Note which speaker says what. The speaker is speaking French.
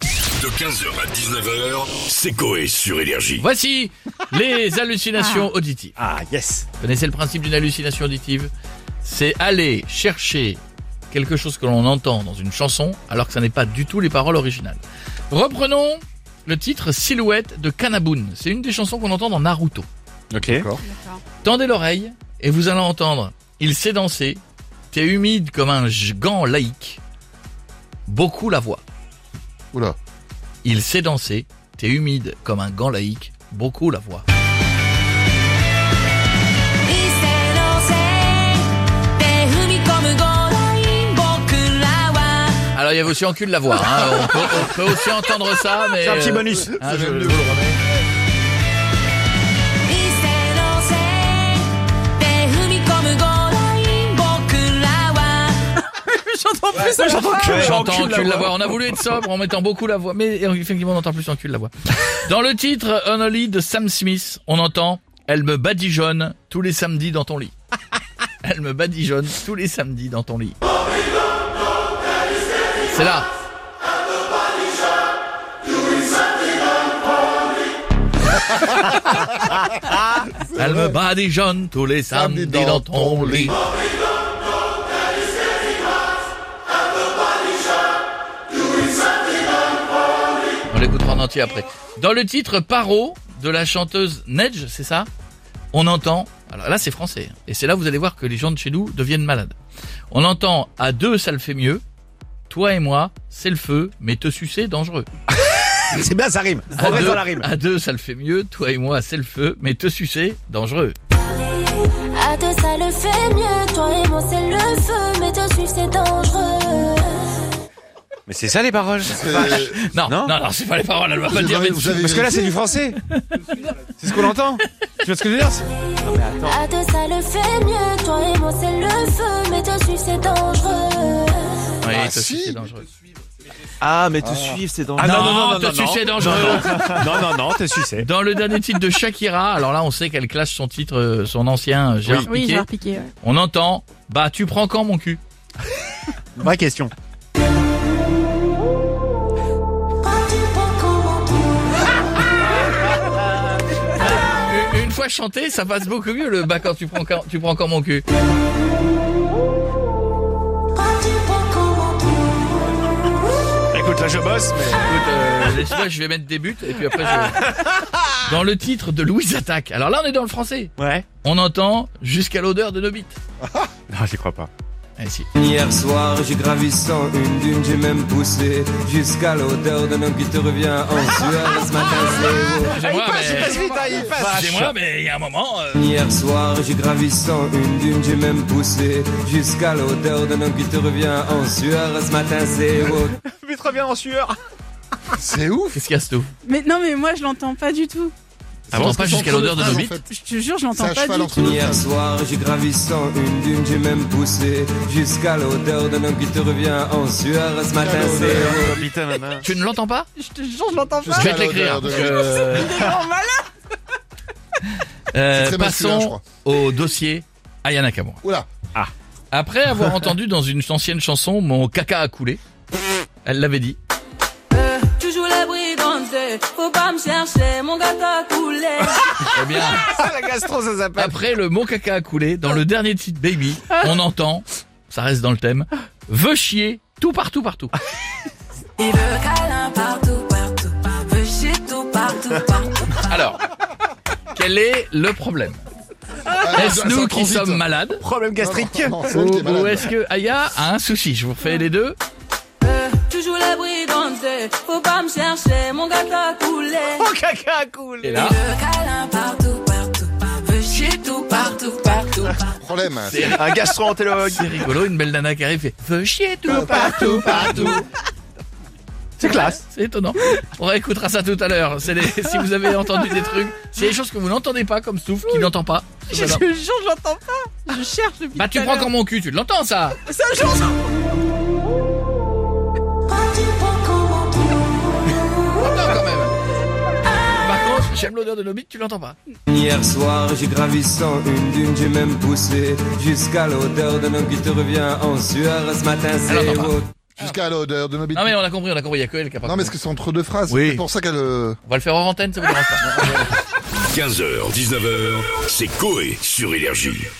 Speaker 1: De 15h à 19h, c'est Coé sur Énergie.
Speaker 2: Voici les hallucinations auditives.
Speaker 3: Ah, yes.
Speaker 2: Vous connaissez le principe d'une hallucination auditive C'est aller chercher quelque chose que l'on entend dans une chanson alors que ça n'est pas du tout les paroles originales. Reprenons le titre Silhouette de Kanaboon. C'est une des chansons qu'on entend dans Naruto.
Speaker 3: Ok.
Speaker 2: Tendez l'oreille et vous allez entendre Il sait danser, t'es humide comme un j- gant laïque. Beaucoup la voix.
Speaker 4: Oula.
Speaker 2: Il sait danser, t'es humide comme un gant laïque. Beaucoup la voix.
Speaker 5: Il sait danser, t'es humide comme Goraï, beaucoup la voix.
Speaker 2: Alors il y avait aussi en cul de la voix. hein. On, peut, on peut aussi entendre ça, mais
Speaker 3: C'est un petit
Speaker 2: euh,
Speaker 3: bonus.
Speaker 2: Ah, je-
Speaker 5: Il sait danser, t'es humide comme Goraï, beaucoup la voix.
Speaker 3: Ouais,
Speaker 2: J'entends en
Speaker 3: encule
Speaker 2: cul de la
Speaker 3: voix.
Speaker 2: voix. On a voulu être sobre en mettant beaucoup la voix, mais effectivement on entend plus en cul de la voix. Dans le titre Only de Sam Smith, on entend Elle me badigeonne tous les samedis dans ton lit. Elle me badigeonne tous les samedis dans ton lit. C'est là. Elle me badigeonne tous les samedis dans ton lit. On l'écoutera en entier après. Dans le titre Paro de la chanteuse Nedge, c'est ça On entend. Alors là, c'est français. hein. Et c'est là, vous allez voir que les gens de chez nous deviennent malades. On entend à deux, ça le fait mieux. Toi et moi, c'est le feu, mais te sucer, dangereux.
Speaker 3: C'est bien, ça rime. Ah,
Speaker 2: À
Speaker 3: On reste
Speaker 2: deux,
Speaker 3: dans la rime.
Speaker 2: à deux, ça le fait mieux. Toi et moi, c'est le feu, mais te sucer, dangereux.
Speaker 6: À deux, ça le fait mieux. Toi et moi, c'est le feu, mais te suivre, c'est dangereux.
Speaker 3: Mais c'est ça les paroles.
Speaker 2: Non, non,
Speaker 3: Non.
Speaker 2: non, c'est pas les paroles, elle va pas le
Speaker 4: Vous
Speaker 2: dire.
Speaker 4: avez-
Speaker 2: mais-
Speaker 4: vous avez
Speaker 3: Parce que là, c'est
Speaker 4: vérifié
Speaker 3: du français. C'est ce qu'on entend. Tu vois ce que je veux dire
Speaker 6: À deux, ça le fait mieux. Toi et moi, c'est le feu, mais te suivre, c'est dangereux.
Speaker 2: Oui,
Speaker 4: Ah,
Speaker 2: te
Speaker 4: si.
Speaker 2: sucer, dangereux.
Speaker 7: Ah, mais te suivre, c'est dangereux.
Speaker 3: Ah, non, non, non,
Speaker 2: te
Speaker 3: non, non.
Speaker 2: sucer, dangereux.
Speaker 3: Non, non, non, t'es sucé.
Speaker 2: Dans le dernier titre de Shakira, alors là on sait qu'elle clash son titre, euh, son ancien euh, Gérard
Speaker 8: Oui,
Speaker 2: Piqué.
Speaker 8: j'ai repiqué. ouais.
Speaker 2: On entend Bah tu prends quand mon cul
Speaker 3: Vraie question.
Speaker 2: Une- Une fois chanté, ça passe beaucoup mieux le Bah quand tu prends quand, tu prends quand mon cul.
Speaker 3: Bah, Écoute, là, je bosse, mais.
Speaker 2: Écoute, euh, laisse-moi, je vais mettre des buts et puis après je. Dans le titre de Louise Attaque. Alors là on est dans le français.
Speaker 3: Ouais.
Speaker 2: On entend jusqu'à l'odeur de nos bites.
Speaker 3: Non, j'y crois pas.
Speaker 2: Eh si.
Speaker 9: Hier soir, j'ai gravi sans une dune, j'ai même poussé jusqu'à l'odeur d'un homme qui te revient en sueur ce matin. c'est vous.
Speaker 2: Excusez-moi, mais-
Speaker 3: vite, hein, il
Speaker 2: Excusez-moi, mais il y a un moment. euh,
Speaker 9: Hier soir, j'ai gravi sans une dune, j'ai même poussé jusqu'à l'odeur d'un homme qui te revient en sueur ce matin. C'est vous.
Speaker 3: Vite, reviens en sueur.
Speaker 4: C'est ouf.
Speaker 2: Qu'est-ce qu'il y a, Sto
Speaker 8: Mais non, mais moi je l'entends pas du tout.
Speaker 2: Ah bon, pas jusqu'à l'odeur de nos bites
Speaker 8: Je te jure, je
Speaker 4: C'est un
Speaker 8: l'entends pas
Speaker 4: cheval
Speaker 8: du
Speaker 4: entre
Speaker 8: tout.
Speaker 4: deux
Speaker 9: Hier
Speaker 4: phrases.
Speaker 9: soir, j'ai gravi sans une dune, j'ai même poussé jusqu'à l'odeur d'un homme qui te revient en sueur ce matin. C'est vous.
Speaker 3: Oh,
Speaker 2: Tu ne l'entends pas
Speaker 8: Je te jure, je l'entends pas.
Speaker 2: Je vais
Speaker 4: Jusqu'à
Speaker 2: te l'écrire.
Speaker 4: l'odeur de
Speaker 2: parce
Speaker 4: nos
Speaker 2: que,
Speaker 4: bites.
Speaker 2: euh, euh,
Speaker 4: C'est très masculin, je
Speaker 2: Passons
Speaker 4: crois.
Speaker 2: au dossier Ayana Kamura.
Speaker 4: Oula.
Speaker 2: Après avoir entendu dans une ancienne chanson Mon caca a coulé, elle l'avait dit.
Speaker 5: Toujours les brigandes, faut pas me chercher, mon gâteau a coulé.
Speaker 2: Eh bien,
Speaker 3: Ah, la gastro, ça s'appelle.
Speaker 2: après le Mon caca a coulé, dans le dernier titre Baby, on entend, ça reste dans le thème, Veux chier tout partout partout.
Speaker 5: Il veut câlin partout, partout, veut chier tout partout, partout.
Speaker 2: Alors, quel est le problème
Speaker 4: Ah,
Speaker 2: Est-ce
Speaker 4: ça- ça
Speaker 2: nous qui
Speaker 4: transite.
Speaker 2: sommes malades
Speaker 3: Problème gastrique.
Speaker 4: Non, c'est
Speaker 2: ou,
Speaker 4: elle qui est
Speaker 2: ou
Speaker 4: malade.
Speaker 2: est-ce que Aya a un souci Je vous fais les deux.
Speaker 5: Euh, Toujours les brigandes, faut pas me chercher, mon gâteau a coulé.
Speaker 3: Mon Oh, caca a coulé.
Speaker 2: Et là,
Speaker 5: Il veut câlin partout, partout, veut chier tout partout, partout.
Speaker 4: Problème. hein.
Speaker 3: Un gastro-entérologue.
Speaker 2: c'est rigolo, une belle nana qui arrive et fait Veux chier tout partout partout.
Speaker 3: C'est classe.
Speaker 2: C'est étonnant. On réécoutera ça tout à l'heure. C'est les- si vous avez entendu des trucs, s'il y a des choses que vous n'entendez pas, comme Stouff qui n'entend pas.
Speaker 8: Je te jure, je l'entends pas. Je cherche depuis
Speaker 2: Bah
Speaker 8: tout
Speaker 2: tu
Speaker 8: à
Speaker 2: prends
Speaker 8: l'heure.
Speaker 2: comme mon cul, tu l'entends ça
Speaker 8: Ça, je l'entends.
Speaker 2: L'entends quand même Par contre, j'aime l'odeur de nos bites, tu l'entends pas.
Speaker 9: Hier soir, j'ai gravi sans une dune, j'ai même poussé jusqu'à l'odeur d'un homme qui te revient en sueur ce matin.
Speaker 2: Elle
Speaker 9: C'est
Speaker 2: entend pas.
Speaker 9: vous.
Speaker 4: Jusqu'à l'odeur de Moby
Speaker 2: Non mais
Speaker 4: Dick.
Speaker 2: on a compris, on a compris, il y a que elle qui a pas
Speaker 4: Non, mais
Speaker 2: compris.
Speaker 4: c'est entre deux phrases.
Speaker 2: Oui.
Speaker 4: C'est pour ça qu'elle. euh,
Speaker 2: On va le faire hors antenne, ça vous dérange pas
Speaker 1: 15h, 19h, c'est Coé sur Énergie.